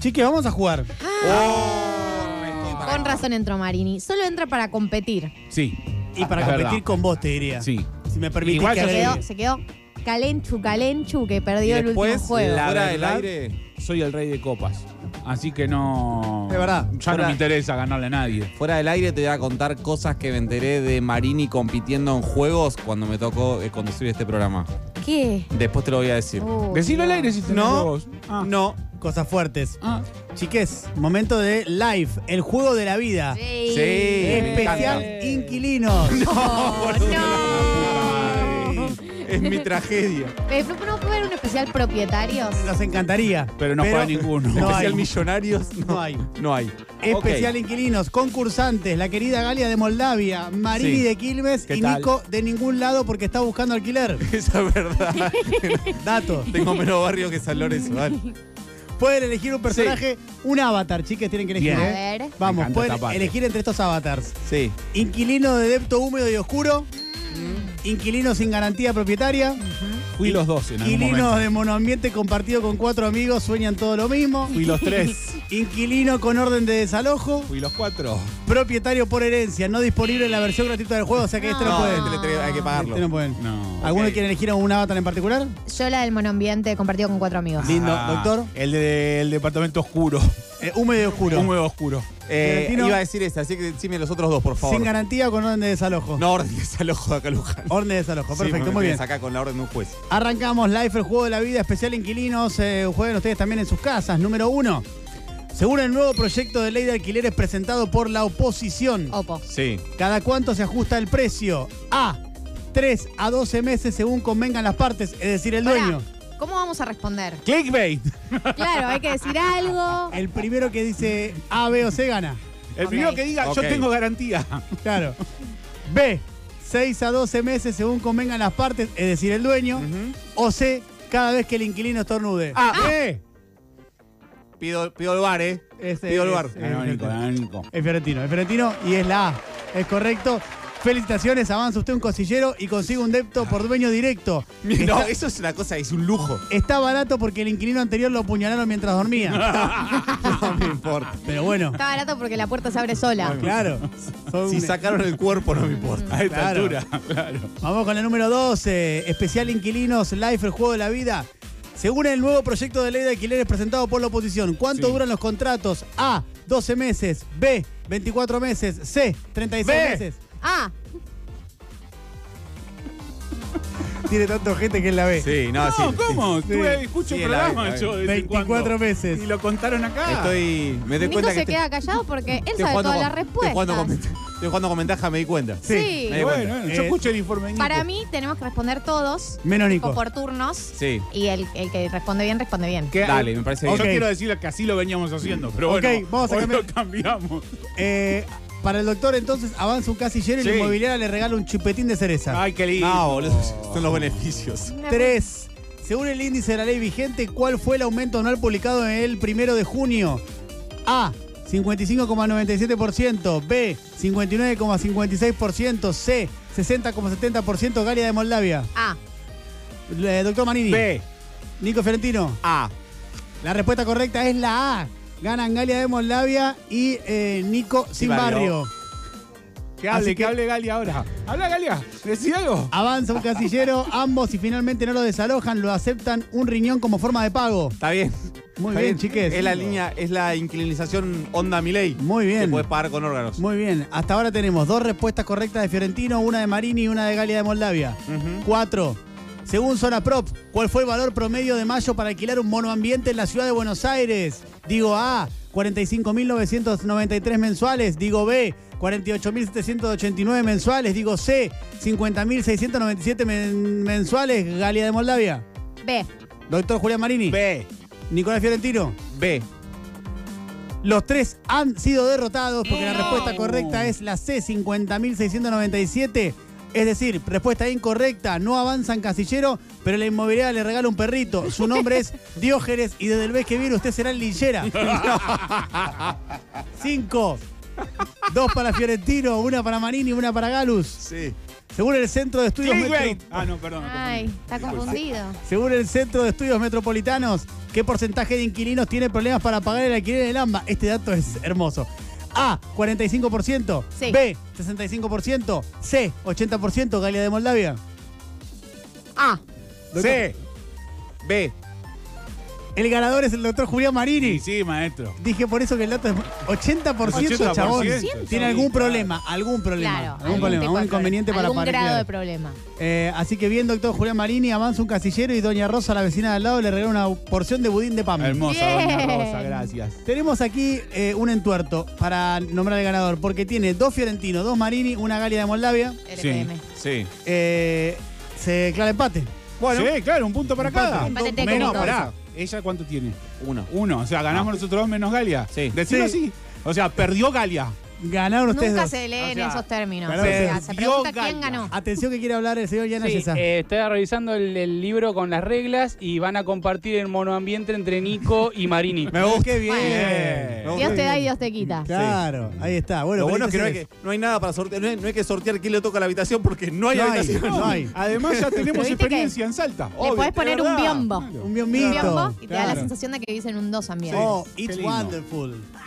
Chique, vamos a jugar. Con razón entró Marini. Solo entra para competir. Sí. Y para Ah, Es competir verdad. con vos, te diría. Sí. Si me permitís Igual que yo Se agregue. quedó, se quedó Calenchu, Calenchu, que Y perdió el último después, juego. la Fuera verdad, del aire, soy el rey de copas. Así que no. Es verdad. Ya Fuera- no me interesa ganarle a nadie. Fuera del aire te voy a contar cosas que me enteré de Marini compitiendo en juegos cuando me tocó eh, conducir este programa. ¿Qué? Después te lo voy a decir. Oh, Decirlo al Dios. aire si tenés No. vos. Ah. No, cosas fuertes. Ah. Chiques, momento de live, el juego de la vida. Sí. Sí. me Especial encanta. inquilinos. Oh, no. Ay, Es mi tragedia. Eh, ¿No podemos ver un especial propietarios? Nos encantaría. Pero no juega ninguno. No Especial hay. Millonarios. No, No hay. no hay. Ok. Especial inquilinos, concursantes, la querida Galia de Moldavia, Marini Sí. de Quilmes ¿Qué y tal? Nico de ningún lado porque está buscando alquiler. Esa es verdad. Dato. Tengo menos barrio que San Lorenzo. dale. Pueden elegir un personaje, un avatar, chiques, tienen que elegir. Bien. A ¿eh? ver. Me Vamos, encanta pueden esta parte. elegir entre estos avatars. Sí. Inquilino de depto húmedo y oscuro. Inquilino sin garantía propietaria. Fui los dos en algún Inquilino momento. de monoambiente compartido con cuatro amigos, sueñan todo lo mismo. Fui los tres. Inquilino con orden de desalojo. Fui los cuatro. Propietario por herencia, no disponible en la versión gratuita del juego, o sea que este no, No. pueden. este le tenés- hay que pagarlo. Este no pueden. No. ¿Alguno ok. quiere elegir a un avatar en particular? Yo la del monoambiente compartido con cuatro amigos. Lindo, Ah. doctor. Eh, El del departamento oscuro. Eh, húmedo y oscuro. Húmedo oscuro. Eh, Fiorentino. iba a decir esa, así que decime los otros dos, por favor. Sin garantía o con orden de desalojo. No orden de desalojo de acá, Luján. Orden de desalojo, perfecto, Sí, me muy bien. tenés acá con la orden de un juez. Arrancamos Life, el juego de la vida, especial inquilinos. eh, jueguen ustedes también en sus casas. Número uno. Según el nuevo proyecto de ley de alquileres presentado por la oposición, Opo. Sí. ¿cada cuánto se ajusta el precio? A. 3 a 12 meses según convengan las partes, es decir, el Pará, dueño. ¿Cómo vamos a responder? Clickbait. Claro, hay que decir algo. El primero que dice A, B o C gana. El Ok. primero que diga, Ok. yo tengo garantía. Claro. B. 6 a 12 meses según convengan las partes, es decir, el dueño. O C. Cada vez que el inquilino estornude. Ah, eh. Pido, pido el bar, ¿eh? Ese pido el es- bar. eh, Anónico, anónico. Es Fiorentino, es Fiorentino y es la A. Es correcto. Felicitaciones, avanza usted un cosillero y consigue un depto por dueño directo. No, Está, eso es una cosa, es un lujo. está barato porque el inquilino anterior lo apuñalaron mientras dormía. No me importa. Pero bueno, Está barato porque la puerta se abre sola. claro. Son- Si sacaron el cuerpo, no me importa. A esta Claro. altura, claro. Vamos con el número 12, especial Inquilinos Life, el juego de la vida. Según el nuevo proyecto de ley de alquileres presentado por la oposición, ¿cuánto Sí. duran los contratos? A, 12 meses, B, 24 meses, C, 36 B. meses. Ah, Tiene tanto gente que es la B. Sí, no, sí. No, ¿cómo? Sí. Tuve- escucho Sí, el la vi, programa la vi. yo. de vez en 24 cuando. veces. Y lo contaron acá. Estoy. Me doy Nico cuenta que. se estoy- queda callado porque él estoy sabe jugando todas con- las Estoy jugando, con, respuestas. estoy jugando con ventaja, me di cuenta. Sí. me di Bueno, cuenta. bueno, yo Eh, escucho el informe. de Nico. Para mí tenemos que responder todos Menos Nico. por turnos Sí. y el, el que responde bien, responde bien. Que- Dale, me parece Yo Ok. quiero decirle que así lo veníamos haciendo, pero Ok, bueno, vamos a hoy cambiar. lo cambiamos. Eh, para el doctor, entonces, avanza un casillero y la Sí. Ah, inmobiliaria le regala un chupetín de cereza. Ay, qué lindo. No, boludo, son los beneficios. Una- Tres. Según el índice de la ley vigente, ¿cuál fue el aumento anual publicado el primero de junio? A. 55,97%. B. 59,56%. C. 60,70%. Galia de Moldavia. Ah, Eh, doctor Manini. B. Nico Fiorentino. Ah, La respuesta correcta es la A. Ganan Galia de Moldavia y eh, Nico sin barrio. barrio. Que hable, Así que... que- hable Galia ahora. Habla Galia, decí algo. Avanza un casillero, ambos, y finalmente no lo desalojan, lo aceptan un riñón como forma de pago. está bien. Muy Está bien, chiques. Es la línea, es la inclinización onda Miley. Muy bien. Que puedes pagar con órganos. Muy bien, hasta ahora tenemos dos respuestas correctas de Fiorentino, una de Marini y una de Galia de Moldavia. Ujú. Cuatro. Según Zona Prop, ¿cuál fue el valor promedio de mayo para alquilar un monoambiente en la ciudad de Buenos Aires? Digo A, 45.993 mensuales. Digo B, 48.789 mensuales. Digo C, 50.697 men- mensuales. Galia de Moldavia. B. Doctor Julián Marini. B. Nicolás Fiorentino. B. Los tres han sido derrotados porque la No. respuesta correcta es la C, 50.697. Es decir, respuesta incorrecta, no avanzan casillero, pero la inmobiliaria le regala un perrito. Su nombre es Diógenes y desde el vez que viene usted será el linchera. Cinco. Dos para Fiorentino, una para Marini, una para Galus. Sí. Según el Centro de Estudios Metro- Clickbait. Ah, no, perdón. me Ay, confundí. está Disculpa. confundido. Según el Centro de Estudios Metropolitanos, ¿qué porcentaje de inquilinos tiene problemas para pagar el alquiler en el AMBA? Este dato es hermoso. A, 45%. Sí. B, 65%. C, 80%. Galia de Moldavia. Ah, C. B. El ganador es el doctor Julián Marini. Sí, sí, maestro. Dije por eso que el dato es 80%, 80%, chabón. sí, Tiene algún problema, algún problema. claro. algún, problema, tipo de algún inconveniente para Algún parquear. grado de problema. Eh, así que bien, doctor Julián Marini, avanza un casillero y doña Rosa, la vecina de al lado, le regala una porción de budín de pan. Hermosa, doña Bien. Rosa, gracias. Tenemos aquí eh, un entuerto para nombrar al ganador, porque tiene dos fiorentinos, dos marini, una galia de Moldavia. RPM. Sí. Eh, se declara empate. Bueno, sí, claro, un punto para cada. Empate Un- técnico, Menos, entonces. pará. ¿Ella cuánto tiene? Uno. Uno. O sea, ganamos nosotros dos menos Galia. Sí. Decilo Ah. Sí. así. O sea, perdió Galia. Ganaron ustedes Nunca dos. se leen O sea, esos términos. claro, O sea, se se pregunta dio quién gana. ganó. Atención que quiere hablar el señor Yana Sí, Yesa. eh, estoy revisando el, el libro con las reglas y van a compartir el monoambiente entre Nico y Marini. Me gusta. Qué bien. Me Bueno. gusta Dios te da y bien. Dios te quita. Claro, ahí está. Bueno, este Lo bueno es que no, hay felices. que no hay nada para sortear. No hay, no hay que sortear quién le toca la habitación porque no hay No hay. habitación. No hay. Además, ya tenemos viste que experiencia en Salta. Le podés poner un biombo. Un Un biomito. biombo y te da la Claro. sensación de que vivís en un dos ambiente. Oh, Qué it's lindo. wonderful.